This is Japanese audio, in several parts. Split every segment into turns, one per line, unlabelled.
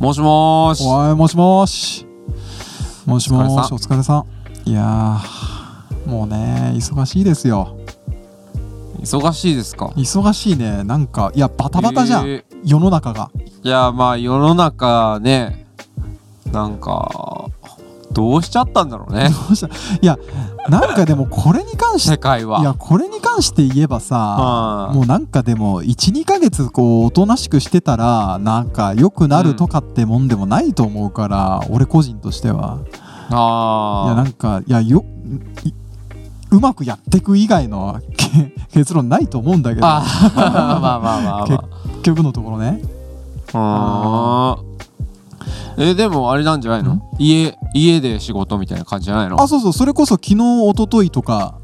もしもーし。
おいもしもしもしもし
お
お疲れさんいやーもうね忙しいですよ
忙しいですか
忙しいねなんかいやバタバタじゃん、
え
世の中が
ーいや、まあ世の中ね、なんか、どうしちゃったんだろうね、
どうした いやなんかでもこれに関して
世界は。
いやこれに関して言えばさ
うん
もうなんかでも12ヶ月こうおとなしくしてたらなんか良くなるとかってもんでもないと思うから、俺個人としては
あ
い
ー
やなんかいやよいうまくやっていく以外のけ結論ないと思うんだけど
あーまあまあまあまあ、
結局のところね
あーえでもあれなんじゃないの
ん
家家で仕事みたいな感じじゃないの
あそうそうそれこそ昨日一昨日とか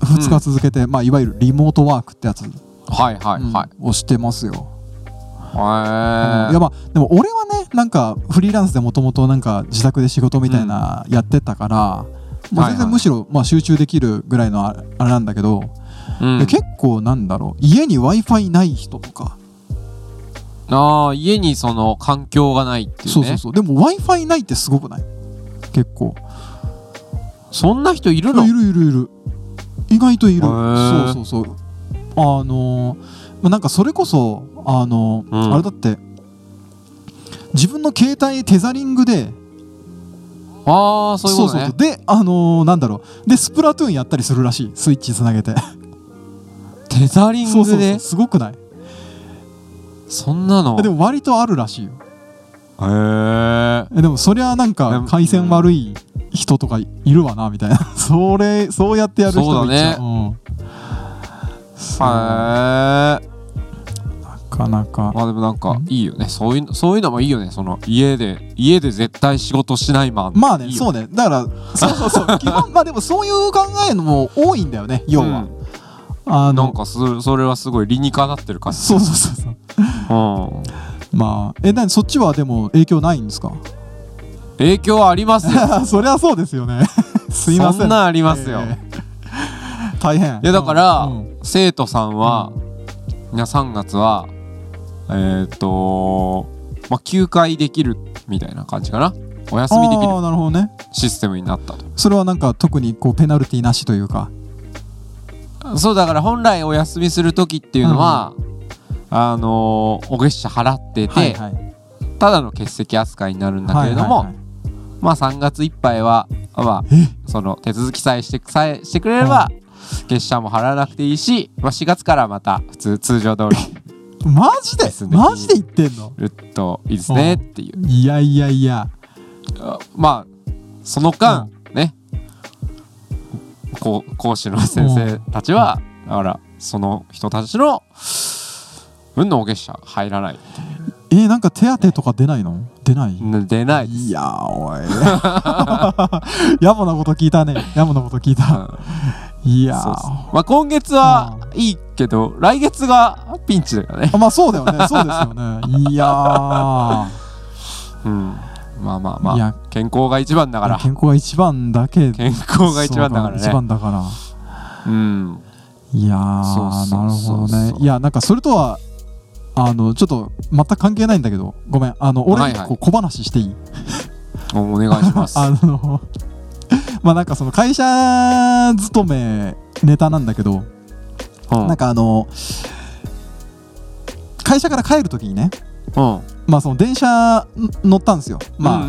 2日続けて、まあ、いわゆるリモートワークってやつ、
はいはいはい、
うんをしてますよ、
へ
いやまあでも俺はねなんかフリーランスでもともとなんか自宅で仕事みたいなやってたから、まあ
はいは
全
い
然むしろまあ集中できるぐらいのああれなんだけど、
え、うん
で結構なんだろう家に w i f i ない人とか、
ああ家にその環境がないっていうね
そうそうそうでも w i f i ないってすごくない結構
そんな人いるの
いるいるいる意外とい
へ
る
ー
そうそうそうあのーまあなんかそれこそあのー
うん
あれだって自分の携帯テザリングで
ああそういうことね
そうそうであのーなんだろうでスプラトゥーンやったりするらしいスイッチつなげて
テザリングで
そ
そう
そうそうすごくない
んなの
でも割とあるらしいよ
へえ
えでもそりゃなん
で
か
も
回線悪い人とかいるわなみた いなそれそうやってやる人もいちゃう
そう
うんそうな
はい
かなか
まあでもなんか
うん
いいよねそういうのそういうのもいいよねその家で家で絶対仕事しないマン
まあね
いいよ
そうねだからそうそうそ う基本まあでもそういう考えのも多いんだよね要は、
う
あ
んなん
の
かそそれはすごい理にかなってる感じ
そうそうそうそう
うん
まあえなにそっちはでも影響ないんですか
影響はありますよ
そりゃそうですよね すいません
そんなんありますよ、
ええ大変
いやだから、
うんうん
生徒さんは、いや3月はえっ、とまあ休会できるみたいな感じかなお休みでき
あ
る
あなるほどね
システムになったと
それはなんか特にこうペナルティなしというか
そうだから本来お休みする時っていうのは、あのーお月謝払ってて、
はいはい
ただの欠席扱いになるんだけれども、
はいはいはい
まあ3月いっぱいは、まあ、その手続きさえしてさえしてくれれば、月謝も払わなくていいし、まあ、4月からまた普通通常通り
マジで
進んで
マジで言ってんの
るといいですねっていう
いやいやいや
あまあその間、ねこう講師の先生たちはだからその人たちの運のお月謝入らない
えー、なんか手当とか出ないの出ない
ん出ないです
いやーおい やぼなこと聞いたねやぼなこと聞
う
い
ん
たいやー
そうそうまあ、今月はいいけど来月がピンチだからね、
あまあそうだよねそうです よねいやー
うん、まあまあま
い
あ
や
健康が一番だから
健康が一番だけ
健康が一番だから
そう一
ね
番だから
うん
いや
そうそう
ーなるほど
そう
ね
そう
いやなんかそれとはあのちょっと全く関係ないんだけどごめんあの俺
はい
に
はい
こう小話していい
おお願いします
あのまあなんかその会社勤めネタなんだけど
うん
なんかあの会社から帰るときにね
うん
まあその電車乗ったんですよ
う
まあ
んうん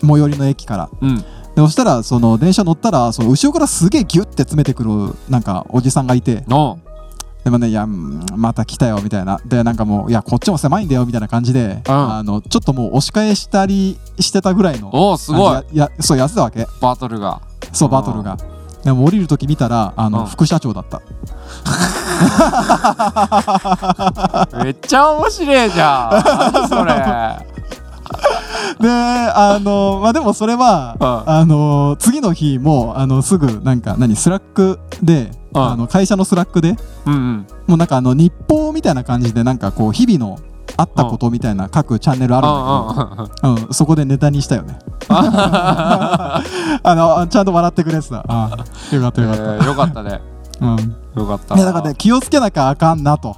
うん
最寄りの駅から
うんうん
でそしたらその電車乗ったらその後ろからすげえギュッて詰めてくるなんかおじさんがいて
おう
でもね、いや、うんまた来たよみたいな。で、なんかもう、いや、こっちも狭いんだよみたいな感じで、あのちょっともう押し返したりしてたぐらいの、
おうすごい
あのややそう、やってたわけ。
バトルが
そう、
うん
バトルが。でも降りるとき見たら、あ
うん
の副社長だった。
めっちゃ面白いじゃん。何それ。
で、あの、まあ、でもそれは、
うん
あの、次の日、もう、あの、すぐ、なんか、何、スラックで、
うん
あの会社のスラックで、
うんうん。
もうなんか、あの、日報みたいな感じで、なんかこう、日々のあったことみたいな、各チャンネルあるんだけど、
あ
うん、そこでネタにしたよね。 あの、ちゃんと笑ってくれてた。あよかったよかった。
よかったね。
うん。
よかった。
いや、だからね、気をつけなきゃあかんなと。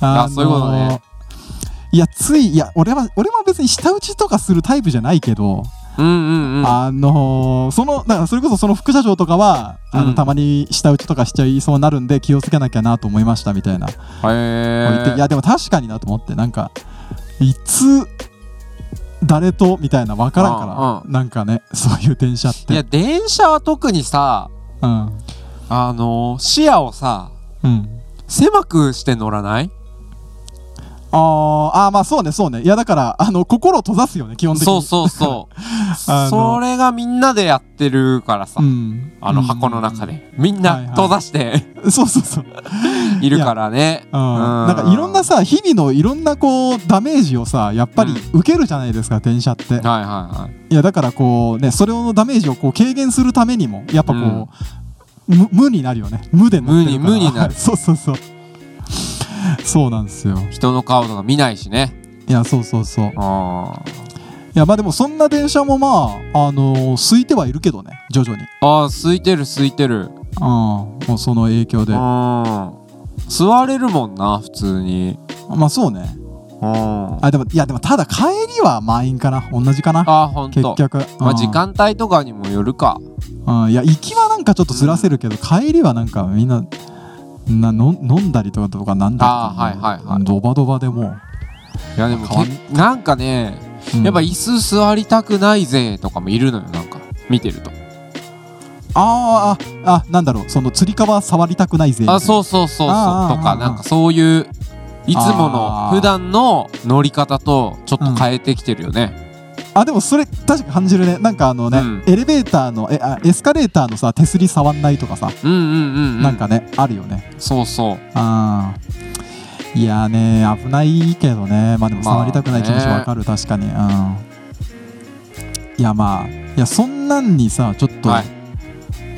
あ
そういうことね。
いやついいや俺は俺も別に舌打ちとかするタイプじゃないけど、
うんうんうん
あのーそのだからそれこそその副社長とかはあ
う
の、
ん
たまに舌打ちとかしちゃいそうになるんで気をつけなきゃなと思いましたみたいな、
へ
言ってい
え
やでも確かになと思ってなんかいつ誰とみたいな分からんから
うん
なんかねそういう電車っ
い
て
や電車は特にさ
うん
あのー視野をさ
うん
狭くして乗らない
あーあーまあそうねそうねいやだからあの心を閉ざすよね基本的に
そうそうそう
あの
それがみんなでやってるからさ、
ん
あの箱の中で、みん
はいは
ない閉ざして、
うんそうそうそう、うん、
い、るからね
なんかいろんな
は
さ日々のいろんなこうダメージをさやっぱり受けるじゃないですか電車っ
い
て、
はいはい
いやだからこうねそれのダメージをこう軽減するためにもやっぱこう、無無になるよね無で乗ってるから
無に無になる
そうそうそうそうなんですよ
人の顔とか見ないしね
いやそうそうそうい
あ
やまあでもそんな電車もまああのー空いてはいるけどね徐々に
ーあー空いてる空いてる
うんもうその影響
う
で
ん座れるもんな普通に
まあそうね
うんあ
あでもいやでもただ帰りは満員かな同じかな
ーほん
結
と
局
まあ
うん
時間帯とかにもよるか
うんいや行きはなんかちょっとずらせるけど、帰りはなんかみんななの飲んだりとかとかなんだ
あーはい
りとか
はいはい
ドバドバでも
いやでも
変わん
けなんかね、
う、
やっぱ
うん
椅子座りたくないぜとかもいるのよなんか見てると
あーああなんだろうその釣り革触りたくないぜ
あそうそうそうそう
あー
と
あ
か
ー
なんかそういういつもの
あー
普段の乗り方とちょっと変えてきてるよね、
あでもそれ確かに感じるねなんかあのね、
うん
エレベーターのえあエスカレーターのさ手すり触んないとかさ、
うん、うんうんうん、
なんかねあるよね
そうそう
あーいやーね危ないけどねまあでも
まあ
触りたくない気持ちわかる、確かにうんいやまあいやそんなんにさちょっと
はい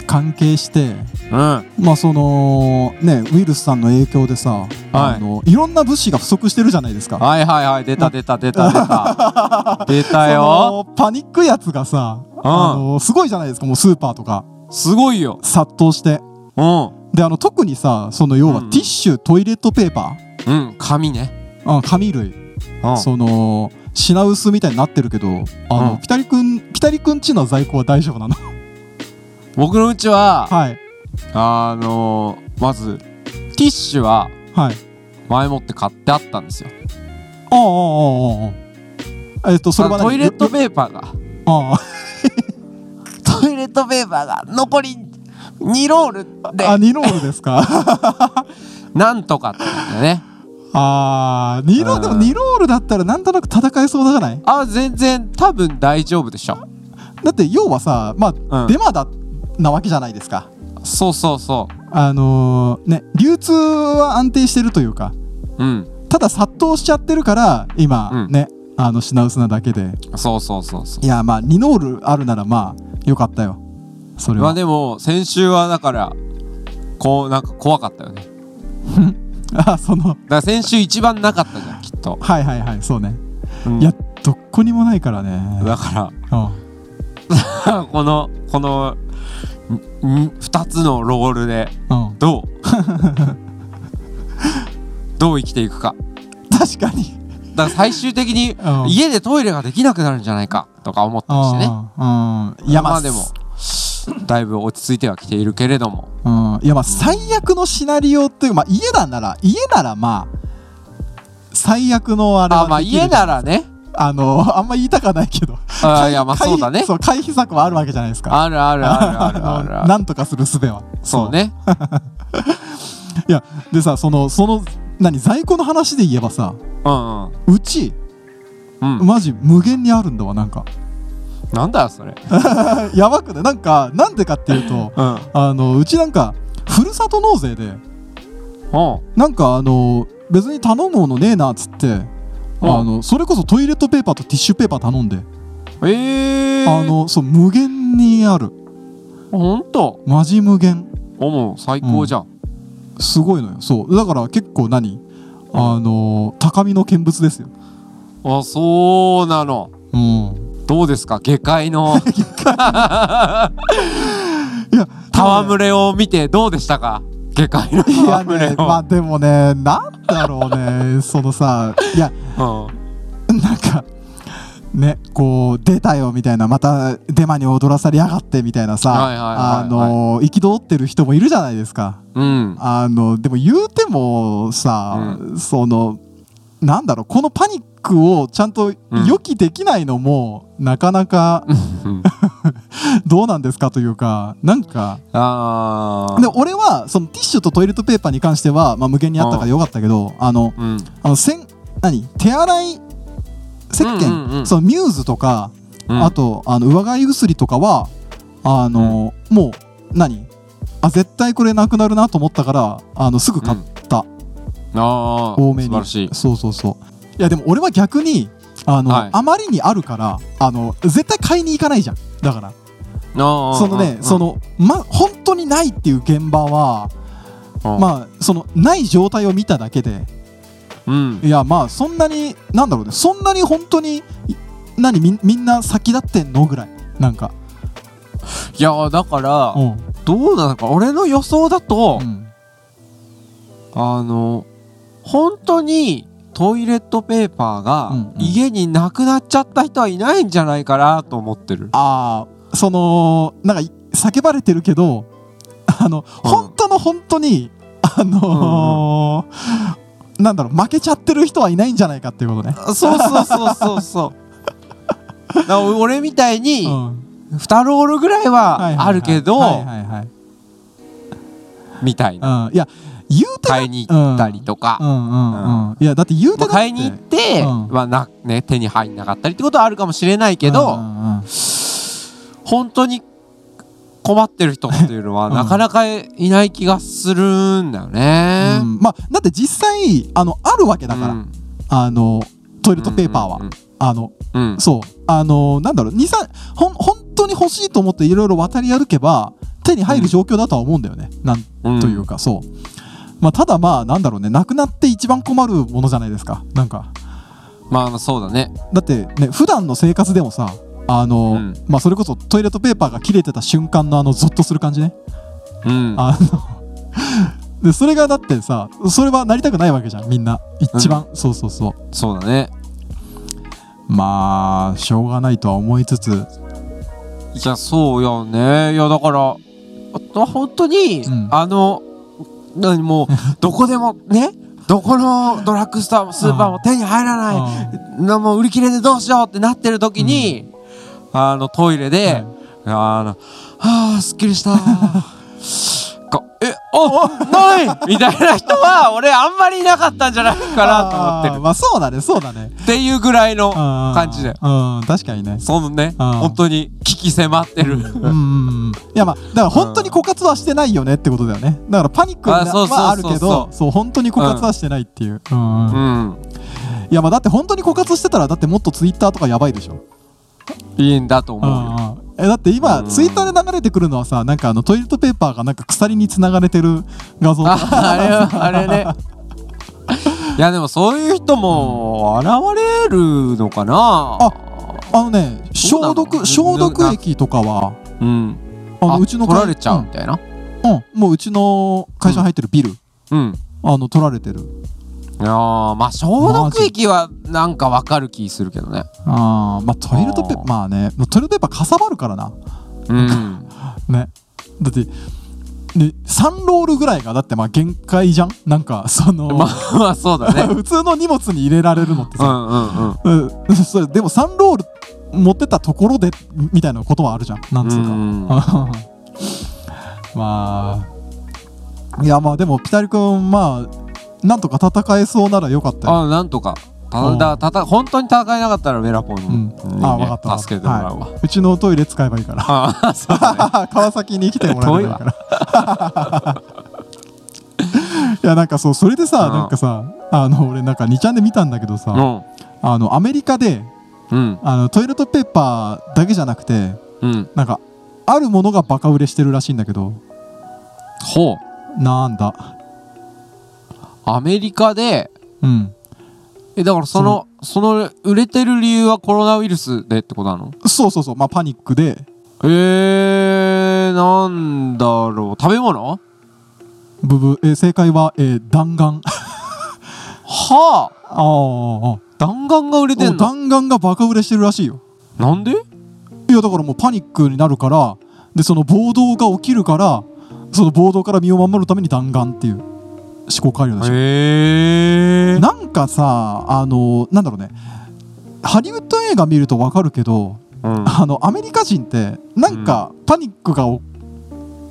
関係して、
うん
まあそのねウイルスさんの影響でさ、い、あのいろんな物資が不足してるじゃないですか
はいはいはい出た出た出た出た出たよ
そのパニックやつがさ、あのすごいじゃないですかもうスーパーとか
すごいよ
殺到して
うん
であの特にさその要
う
は
ん
ティッシュ、トイレットペーパ
うん紙ね
ー、うん、紙類
うん
その品薄みたいになってるけどあの、
うん
ピタリくんピタリくんちの在庫は大丈夫なの
僕のうちは、
はい
あのーまずティッシュは
はい
前もって買ってあったんですよ
ああああああえっとそれは
あのトイレット
ー
ペーパーが
あ
トイレットペーパーが残り2ロールで
ああニロールで すか
なんとかって言うんだよね
ああニロ
うん
でもニロールだったらなんとなく戦えそうじゃない
あ全然多分大丈夫でしょ
だって要はさまあ、
うん
デマだなわけじゃないですか
そうそうそ
あのーね流通は安定してるというか
ううん
ただ殺到しちゃってるから今
うん
ね、あの品薄なだけで
そうそうそうそう
いやまあニノールあるならまあよかったよそれ
まあ
は、
でも先週はだからこうなんか怖かったよねだか
あ、その
ら先週一番なかったじゃんきっと、
はいはいはいそうね、
うん
いやどこにもないからね
だか
うん
ら このこの2つのロールで
うん
どうどう生きていくか
確かに
だから最終的に
うん
家でトイレができなくなるんじゃないかとか思ったりしてね
うんうんいやま
ま
あ
あでもだいぶ落ち着いてはきているけれども
うんいやまあ最悪のシナリオっていうかまあ家なんなら家ならまあ最悪のあれは
あまあ
できる
家ならね
あのあんま言いたくはないけど
あいやまあそうだね
回避そう回避策はあるわけじゃないですか
あるあるあるあるあるある
なんとかする術は
そうね
いやでさそのその何在庫の話で言えばさ
うんうん
うち
うん、
マジ無限にあるんだわなんか
なんだよそれ。
やばくねなんかなんでかっていうと
うん。
あのうちなんかふるさと納税で
う
なんかあの別に頼むものねえなっつって
うん
あのそれこそトイレットペーパーとティッシュペーパー頼んで
ん。ええー。
あ、のそう無限にある
ほんと。
マジ無限
おもう最高じゃん。
すごいのよそうだから結構何あの高みの見物ですよ
あ、そうなの。
うん
どうですか下界 の
いや
戯れを見てどうでしたか下界の
いや
戯れ
ね、
を。
まあでもね、なんだろうねそのさいや
うん
なんかねこう出たよみたいなまたデマに踊らされやがってみたいなさ
はいはいはいはい
あの憤ってる人もいるじゃないですか
うん
あのでも言うてもさ、そのなんだろうこのパニックをちゃんと
うん
予期できないのも、なかなか どうなんですかというかなんか
ああ
で俺はそのティッシュとトイレットペーパーに関しては、まあ、無限にあったからよかったけどあの
うん
あのせん何手洗い石鹸、
うんうんうん
そのミューズとか、
うん
あとあの上がり薬とかはあの、もう何あ絶対これなくなるなと思ったからあのすぐ買った、
あー
多めに
素晴らしい
そうそうそういやでも俺は逆にあの、
はい
あまりにあるからあの絶対買いに行かないじゃんだから
あー
そのね、
うん
そのま本当にないっていう現場は、
うん
まあそのない状態を見ただけで
うん
いやまあそんなになんだろうねそんなに本当にい何みんみんな先立ってんのぐらいなんか
いやーだから
うん、
どうなのか俺の予想だと
うん
あの本当にトイレットペーパーが
うんうん
家になくなっちゃった人はいないんじゃないかなと思ってる
ああそのなんかい叫ばれてるけど あの、本当の本当にあのーなんだろう負けちゃってる人はいないんじゃないかっていうことね、
そうそうそうそうそうだから俺みたいに
うん
2ロールぐらい
はいはい
は
はい
あるけど
はいはいはい
みたいな
うん、いや言うて
買いに行ったりとか
うんうんうんいやだって言うて
ま
だ
あ、
っ
買
て
いに行って、
うん
まあなね、手に入んなかったりってことはあるかもしれないけ
う
ど、
んうんうん
本当に困ってる人っていうのは
うん
なかなかいない気がするんだよね。
うんまあだって実際あのあるわけだから、
うん
あのトイレットペーパーは、
うん
あの
うんうん
そうあのなんだろう23ほん本当に欲しいと思っていろいろ渡り歩けば手に入る状況だとは思うんだよね、なん
うん
というか、そう、まあ、ただまあなんだろうねなくなって一番困るものじゃないですかなんか
まあそうだね。
だってね普段の生活でもさあの、
うん
まあそれこそトイレットペーパーが切れてた瞬間のあのゾッとする感じね
うん、
あの でそれがだってさそれはなりたくないわけじゃんみんな一番、そうそうそう
そうだね。
まあしょうがないとは思いつつ、う
いやそうよね。いやだからあ本当に、
うん
あの何 もうどこでもねどこのドラッグストアもスーパーも手に入らない。
ん
なもう売り切れでどうしようってなってる時に、あのトイレで、あの「はあすっきり した」こえあないみたいな人は俺あんまりいなかったんじゃないかなと思
あ
っ
ー
て
まあそうだねそうだね
るっていうぐらいの
感
感じで
うん確かにね
そのね
あー
本当に危機迫ってる
うんうんうんいやまあだから本当に枯渇はしてないよねってことだよねだからパニックは
あそうそうそうそう
まああるけどそう本当に枯渇はしてないっていう、うんう
うんん
いやまあだって本当に枯渇してたらだってもっとツイッターとかやばいでしょ、
いいんだと
う
思うよ
んうんえだって今、
うん
ツイッターで流れてくるのはさなんかあのトイレットペーパーがなんか鎖につながれてる画像とか
ああれはあれ ねいやでもそういう人も現れるのかな
ああのね
そうな
消
の
毒消毒液とかは
うん
あの
あ
うちの
取
会
られちゃうみたいな
うん、うんもううちの会社に入ってるビル、
うん
あの取られてる
あーまあ消毒液はなんかわかる気するけどね
あーまあトイレットペーパ
あ
ー
ー
まあねもうトイレットペーパーかさばるからな
うん
ねだってね3ロールぐらいがだってまあ限界じゃんなんかその、
まあ まあそうだ ね
普通の荷物に入れられるのって
う
さ、
んうんうん
うん、それでも3ロール持ってったところでみたいなことはあるじゃんなんつうか、
うん
まあいやまあでもピタリ君まあなんとか戦えそうならよかったよ
あなんとかただたた本当に戦えなかったらメラポンに、
うんあわかったわかった
助けてもらうわ、
うちのトイレ使えばいいから
ああそうだね
川崎に来てもらえばいいから いやなんかそうそれでさ、
うん
なんかさあの俺なんか2ちゃんで見たんだけど さ、あのアメリカで
うん
あのトイレットペーパーだけじゃなくて
うんうん
なんかあるものがバカ売れしてるらしいんだけど
ほう
なんだ
アメリカで
うん
えだからそのその売れてる理由はコロナウイルスでってことなの
そうそうそうまあパニックで
えー、なんだろう食べ物
ブブ、えー正解は、えー弾丸
はあ
ああああ
弾丸が売れてんの
弾丸がバカ売れしてるらしいよ
なんで
いやだからもうパニックになるからでその暴動が起きるからその暴動から身を守るために弾丸っていう思考回路でしょ
へえ
なんかさあのなんだろうねハリウッド映画見るとわかるけど、
うん
あのアメリカ人ってなんかパニックがお、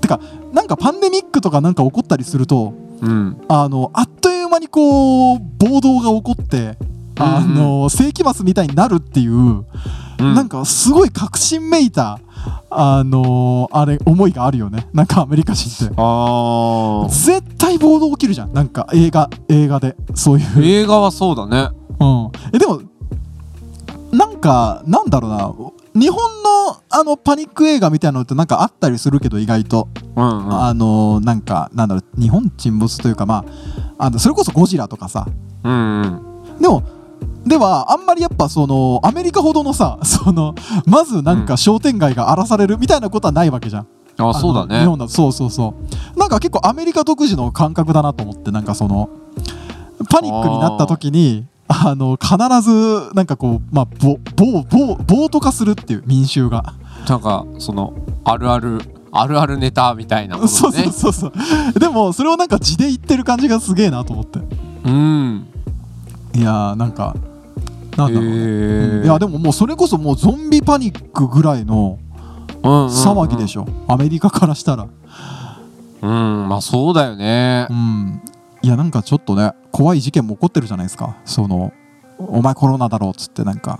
てかなんかパンデミックとかなんか起こったりすると
うん
あのあっという間にこう暴動が起こってあの、世紀末みたいになるっていう、
うん
なんかすごい革新めいたあのあれ思いがあるよねなんかアメリカ人って
あー
絶対暴動起きるじゃんなんか映画映画でそういう
映画はそうだね
うん、えでもなんかなんだろうな日本のあのパニック映画みたいなのってなんかあったりするけど意外と、
うんうん
あのなんかなんだろう日本沈没というかまああのそれこそゴジラとかさ
うんうん
でもではあんまりやっぱそのアメリカほどのさ そのまずなんか商店街が荒らされるみたいなことはないわけじゃん、
あそうだ
あの日
ね
本だとそうそうそうなんか結構アメリカ独自の感覚だなと思ってなんかそのパニックになった時にあの必ずなんかこうまあぼぼぼ暴徒化するっていう民衆が、
なんかそのあるあるあるあるネタみたいなものね
そうそうそうそうでもそれをなんか地で言ってる感じがすげえなと思って
うん
いやーなんかなんだろうね、うんいや
や
でももうそれこそもうゾンビパニックぐらいの騒ぎでしょ、アメリカからしたら
うんまあそうだよね
うん、いやなんかちょっとね怖い事件も起こってるじゃないですかそのお前コロナだろうっつってなんか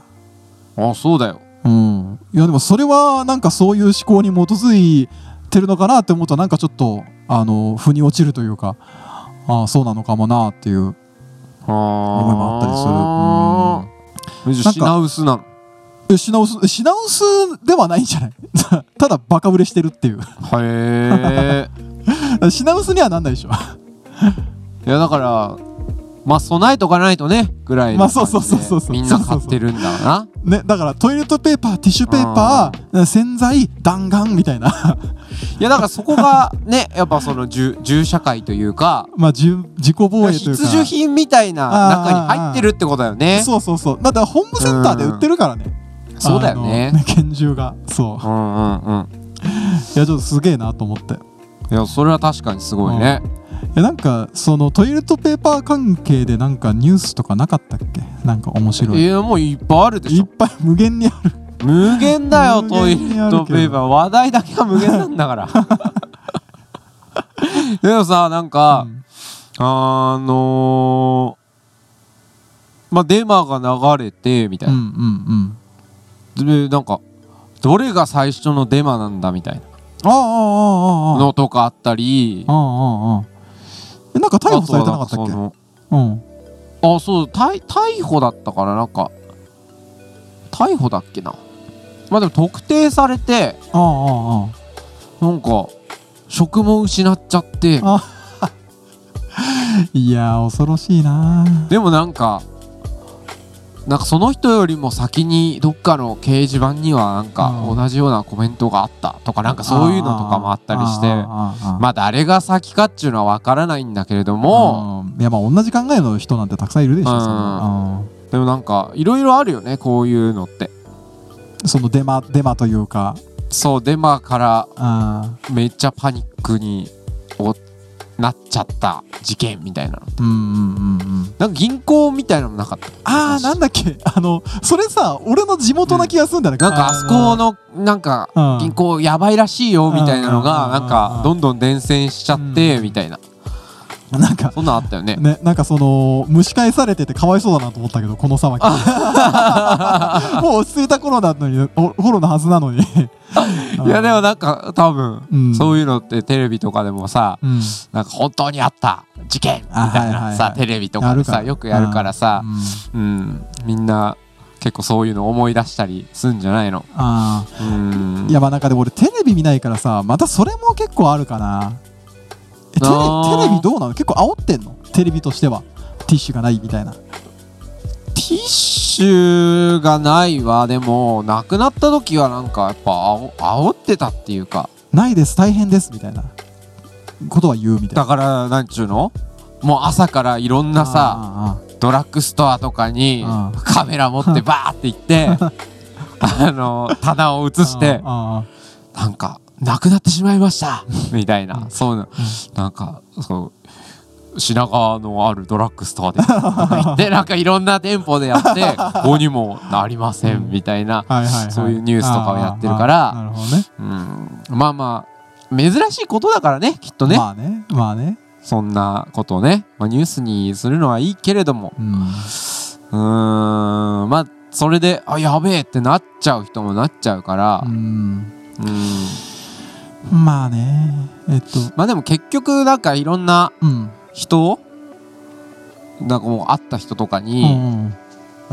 あそうだよ
うんいやでもそれはなんかそういう思考に基づいてるのかなって思うとなんかちょっとあの腑に落ちるというかああそうなのかもなっていう
あ
思いもあったりするう
り
ん
す
な
品
んか
薄なの
え品薄品薄ではないんじゃない ただバカ売れしてるっていう
へえ
品薄にはなんないでしょ
いやだからまあ備えとかないとねぐらいの
まあそうそうそうそ
感
う
じでみんな買ってるんだな
ねだからトイレットペーパーティッシュペーパー洗剤弾丸みたいな
いやだからそこがねやっぱその銃銃社会というか
まあ自自己防衛というか
必需品みたいな中に入ってるってことだよね
そうそうそうだってホームセンターで売ってるからね、
そうだよ
あ
ね
の拳銃がそう
うんうんうん
いやちょっとすげえなと思ってい
いやそれは確かにすごいね
やなんかそのトイレットペーパー関係でなんかニュースとかなかったっけなんか面白
い
い
やもういっぱいあるで
い
し
っ
ょ
ぱい無限にある
無限だよ
無
トイレ
限にあ
ッ
るけ
ト
ど
ペーパー話題だけは無限なんだから でもさなんか、
うん
あのー、まあデマが流れてみた
う
い
んう
な、
んう
で
ん
なんかどれが最初のデマなんだみたい
ああああああああ
なのとかあったり
ああああえなんか逮捕されてなかったっ
あとは
け
なんか
うん
そのあそう逮逮捕だったからなんか逮捕だっけなまあでも特定されて
ああああ
なんか職も失っちゃって
あいやー恐ろしいな
でもなんかなんかその人よりも先にどっかの掲示板にはなんか
うん
同じようなコメントがあったとかなんかそういうのとかもあったりして
ああああああ
まあ誰が先かっていうのは分からないんだけれども
うんいやまあ同じ考えの人なんてたくさんいるでしょ、
うん
そんな
でもなんかいろいろあるよねこういうのって
うんそのデマデマというか
そうデマから
あ
めっちゃパニックにおなっちゃった事件みたいなの
ーうんうんうんうん
なんか銀行みたいなのもなかった
あーなんだっけ あのそれさ俺の地元な気がするんだよね、
なんかあそこのなんか
のうん
銀行やばいらしいよみたいなのが
うん
なんかどんどん伝染しちゃって
うん
みたいな
なんか
そんなんあったよね
ねなんかその蒸し返されててかわいそうだなと思ったけどこの 騒ぎもう落ち着いた頃なのにお頃のはずなのに
いやでもなんか多分
うん
そういうのってテレビとかでもさ
うん
なんか本当にあった事件み
あ
たい
はいはいは
ないさテレビとかで
や
さ
るから
よくやるからさ
うん
うんみんな結構そういうの思い出したりすんじゃないの
あ
う
ー
ん
いやまあなんかでも俺テレビ見ないからさまたそれも結構あるかなえテ
あ
レ
ー
テレビどうなの結構煽ってんのテレビとしてはティッシュがないみたいな
ティッシュがないはでもなくなった時はなんかやっぱあお煽ってたっていうか
ないです大変ですみたいなことは言うみたいな
だからなんちゅうのもう朝からいろんなさ
あーあー
ドラッグストアとかに
うん
カメラ持ってバーって行 って、あの、棚を映して、
あ
なんか、なくなってしまいましたみたいな、そういうの、なんか、そう、品川のあるドラッグストアで、とか行 って、なんかいろんな店舗でやって、ここにもなりませんみたいな
あ、はいはいはい、
そういうニュースとかをやってるから
あーなるほどね
うんまあまあ珍しいことだからねきっとね、
まあねまあね
そんなことをね、まあ、ニュースにするのはいいけれども
うん
うーんまあそれであやべえってなっちゃう人もなっちゃうから
う、ん
うん
まあねえっと
まあでも結局なんかいろんな
うん
人なんかもう会った人とか
う
に、
んうん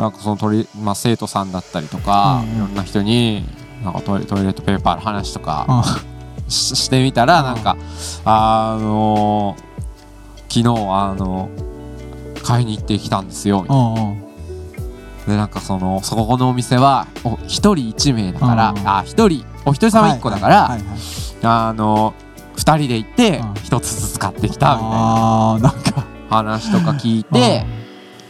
なんかそのトイレまあ、生徒さんだったりとか、
うんうん
いろんな人になんかトイレトイレットペーパーの話とか、
あ
ししてみたら
うん
なんか、あのー昨日あの買いに行ってきたんですよみたい
うんうん
なでなんかそのそこのお店はお1人1名だから、
うん
あ一人お一人様1個だから、
はいはいはい
あの2人で行って
うん
1つずつ買ってきたみたいな
あーなんか
話とか聞いて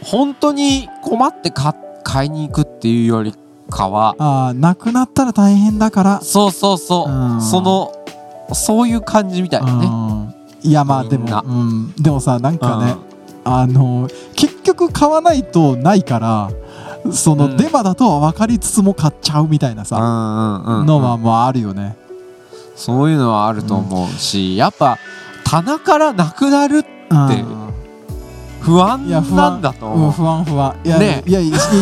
本当に困ってか買いに行くっていうよりかは
ああなくなったら大変だから
そうそうそう、
うん
そのそういう感じみたいなね。
うんいやまあで
みんな
も、うん、でもさなんかね、
うん
あの結局買わないとないからその、
うん
デマだとは分かりつつも買っちゃうみたいな
う
さ、
んうんうんうん
のはもうあるよね、
そういうのはあると思うし、やっぱ棚からなくなる
うん
で不安
いや不
な
安
んだと
うん、
思
不安不安いや,、
ね
いやいや一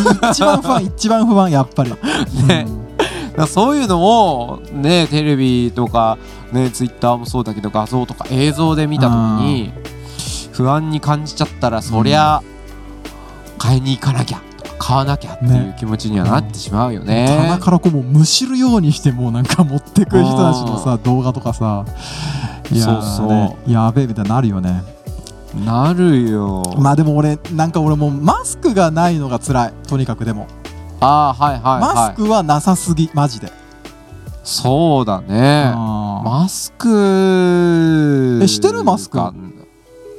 番不安 一番不安やっぱり、
う。ね
う、ん
だからそういうのをねテレビとかねツイッターもそうだけど画像とか映像で見た時に不安に感じちゃったらそりゃ買いに行かなきゃとか買わなきゃっていう
ね
気持ちにはなってしまうよね。
棚からこうもうむしるようにしてもうなんか持ってくる人たちのさ動画とかさいやー
そうそう
ねやべえみたいになるよね
なるよ。
まあでも俺なんか俺もうマスクがないのが辛いとにかくでも、
ああはいはい
マ
は
ス
い。
クはなさすぎマジで、
そうだね。
あ
マスク
えしてるマスク
が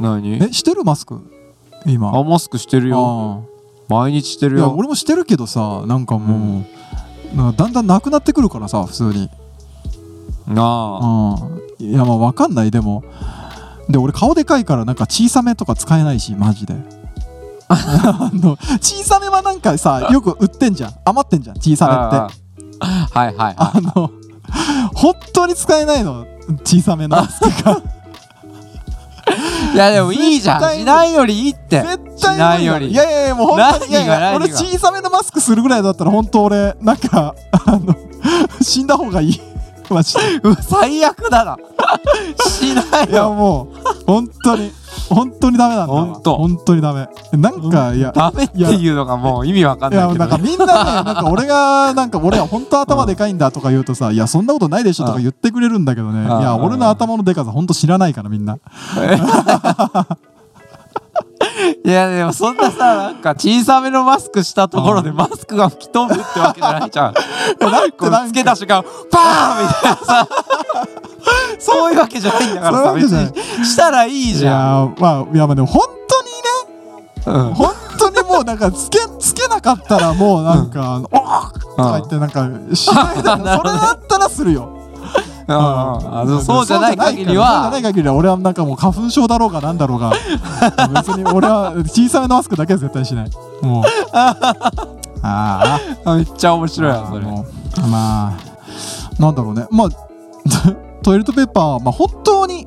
何
ーえしてるマスク今
あマスクしてるよ
あ
毎日して
ー
る
いや
よ
俺もしてるけどさなんかもう、なんかだんだんなくなってくるからさ普通に
なあ
うんいやまあわかんないでもで俺顔でかいからなんか小さめとか使えないしマ ジであの小さめはなんかさよく売ってんじゃん余ってんじゃん小さめって
ああはいはい
あ
は
の、本当に使えないの、小さめのマスクが。
いいやでもいいじゃ
絶対
ん
に
しないよりいいって
絶
しな
対
い
無
よ
理
り
だいやいやいや、もう本当に、いや
何が
い
何
や
が
俺、小さめのマスクするぐらいだったら、本当俺、なんか、あの、 死んだ方がいい。マジで。
うわ最悪だ なしない
いや、
よ
もう、本当に、本当にダメなんだわ。
本当
本当にダメ。なんか、いや、
ダメっていうのがもう意味わかん
い
な
や
いけ
な
ど
んか
ね
みんなね、なんか俺が、なんか俺は本当頭でかいんだとか言うとさ、いや、そんなことないでしょとか言ってくれるんだけどね、い
あ
や、俺の頭のでかさ、本当知らないから、み んな。
いやでもそんなさなんか小さめのマスクしたところでマスクが吹き飛ぶってわけじゃないじゃん
なんか
こうつけた瞬間パーンみたいなさそういうわけじゃないんだからさ
そういう
別
わけじゃない
にしたらいい
い
じゃん
やーまあいやまあでも本当にね
うん
本当にもうなんかつけつけなかったらもうなんか「あのおーとか言ってなんかしないでそれ
なるほどね
だったらするよ。
うんあのそうじゃない限り
そう
は
じゃない限りは俺はなんかもう花粉症だろうがなんだろうが別に俺は小さめのマスクだけは絶対しない もうあー
あめっちゃ面白い
あ
なそれ
もうまあなんだろうねまあトイレットペーパーはまあ本当に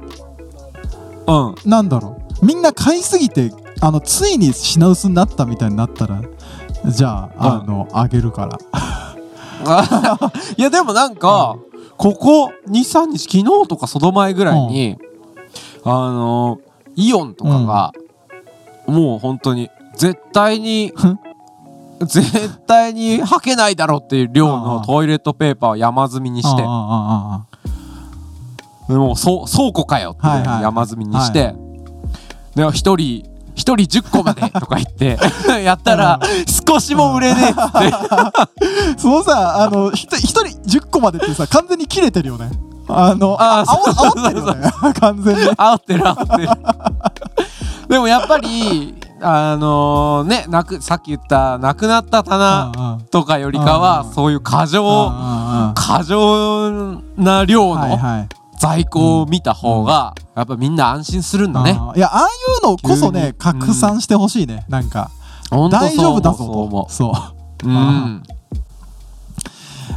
うん
なんだろうみんな買いすぎてあのついに品薄になったみたいになったらじゃああの、あげるから
あ いやでもなんか、ここ23日昨日とかその前ぐらいに、あのイオンとかが、もう本当に絶対に
ふん
絶対にはけないだろうっていう量の
あー
トイレットペーパーを山積みにして
ああああ
でもうそう倉庫かよってぐらい
はい
の
はい
山積みにして、で1人1人10個までとか言って やったら少しも売れねえっつって
ああそのさ あのひと一人10個までってさ完全に切れてるよねあの
ああ
ああ
そう
煽煽ってるよね完全に
合ってる合ってるでもやっぱりあのねなくさっき言ったなくなった棚
うんうん
とかよりかは
うん
そういう過剰
うんうん
過剰な量
はい
の
はい
在庫を見た方がやっぱみんな安心するんだね
あーいやああいうのこそ
急
ね
に
拡散してほしいね、なんか
本当
大丈夫だぞ
そう
と
思
そう
うそう思ううん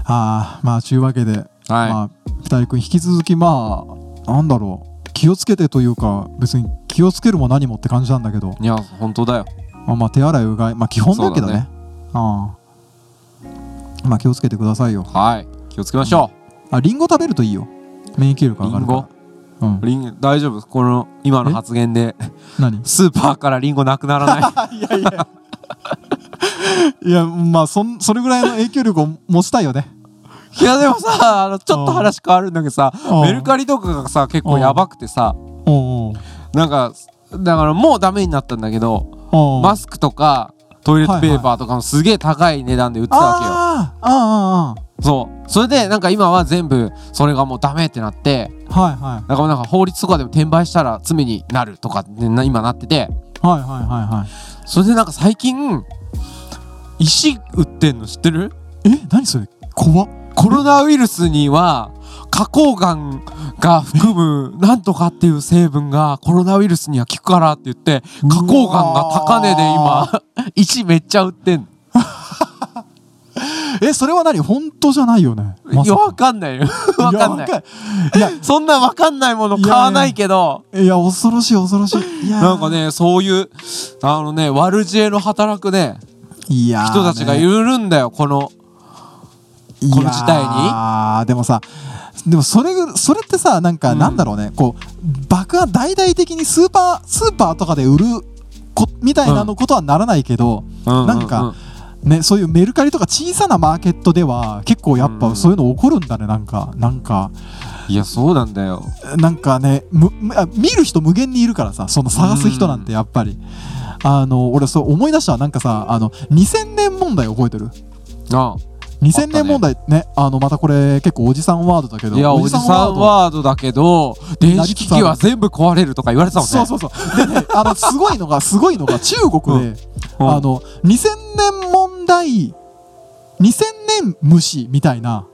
あーまあというわけで、
は
まあ二人君引き続きまあなんだろう気をつけてというか別に気をつけるも何もって感じなんだけど
いいや本当だよ
まあ、まあ手洗いうがいまあ基本だけどね
そうだね
ああまあ気をつけてくださいよ
はい気をつけましょ
あリンゴ食べるといいよ免疫力
うリ
上が
ン
るから
ゴ
うん
リン大丈夫この今の発言で
何
スーパーからリンゴなくならない
いやいや いやまあそんそれぐらいの影響力を持ちたいよね
いやでもさあのちょっと話変わるんだけどさ
うん
メルカリとかがさ結構やばくてさ
おう
なんかだからもうダメになったんだけど
おうおう
マスクとかトイレットペーパーとかもすげえ高い値段で売ってたわけよ
あーあー
そうそれでなんか今は全部それがもうダメってなって
あーはいはい
なんかなんか法律とかでも転売したら罪になるとかってな今なってて
はいはいはいはい
それでなんか最近石売ってんの知ってる
え何それ怖っ
コロナウイルスには花崗岩が含むなんとかっていう成分がコロナウイルスには効くからって言って
うわー
花崗岩が高値で今石めっちゃ売ってんの
えそれは何本当じゃないよねま
いや
さか
わかんないよわかんない
やいや
そんなわかんないもの買わないけど
いや恐ろしい恐ろしいいやー
なんかねそういうあのね悪知恵の働くね
いやーね
人たちがいるんだよこのこの事態に
ああでもさでもそれぐそれってさなんか
うん
なんだろうね、こう爆破大々的にスーパースーパーとかで売るこみたいなのことはならないけど、なんか、ね、そういうメルカリとか小さなマーケットでは結構やっ
うん
ぱそういうの起こるんだねなんかなんか
いやそうなんだよ
なんかねむむあ見る人無限にいるからさその探す人なんてやっぱり。あの俺そう思い出したわなんかさあの2000年問題覚えてる
あ
2000年問題ねあのまたこれ結構おじさんワードだけど
いやおじさんワードだけど電子機器は全部壊れるとか言われてたもんね
そうそうそうでねあのすごいのがすごいのが中国で、
うん
あの2000年問題2000年虫みたいな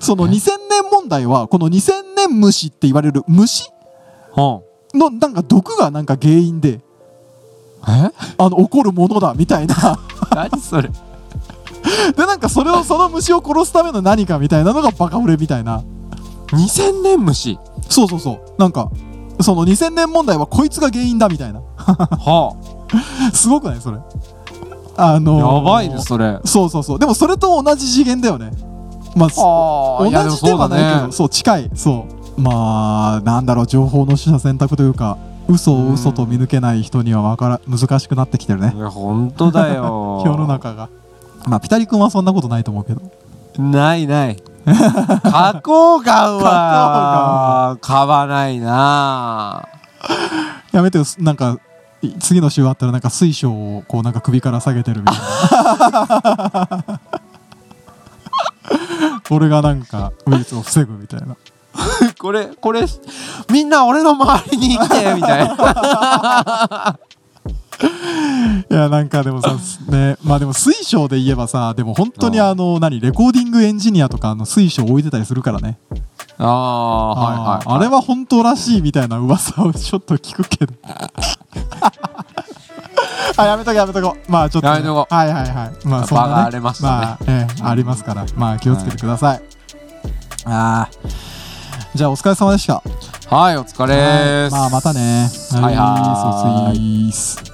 その
え
2000年問題はこの2000年虫って言われる虫
うん
のなんか毒がなんか原因で
え
あの起こるものだみたいな
何それ
でなんかそれをその虫を殺すための何かみたいなのがバカ売れみたいな
2000年虫
そうそうそうなんかその2000年問題はこいつが原因だみたいな
は
すごくないそれあ
あ
のー
やばいねそれは
そうそうそうでもそれと同じ次元だよねまあす
あ
同
いやも
じではないけどそう,、
そう
近いそうまあなんだろう情報の取捨選択というか嘘を嘘と見抜けない人にはわから難しくなってきてる
だ
ね
ねいや本当だよ
世の中がまあピタリ君はそんなことないと思うけど
ない ない花崗岩は買わないな
やめてよすなんかい次の週あったらなんか水晶をこうなんか首から下げてるみたいな俺がなんかウイルスを防ぐみたいな
これこれみんな俺の周りに来 てみたいな
いやなんかでもさねまあでも水晶で言えばさでも本当にあの何レコーディングエンジニアとかあの水晶置いてたりするからね
ああはいはい、
あーあれは本当らしいみたいな噂をちょっと聞く けどあやめとこやめとこまあちょっと、
やめとこ
はいはいはいまあそん
場が
な、
荒
ね、
れましたね
あ、ええありますからまあ気をつけてください、あーじゃあお疲れ様でした
はい、お疲れーす。
まあまたね
はいはーい
そうそういいっす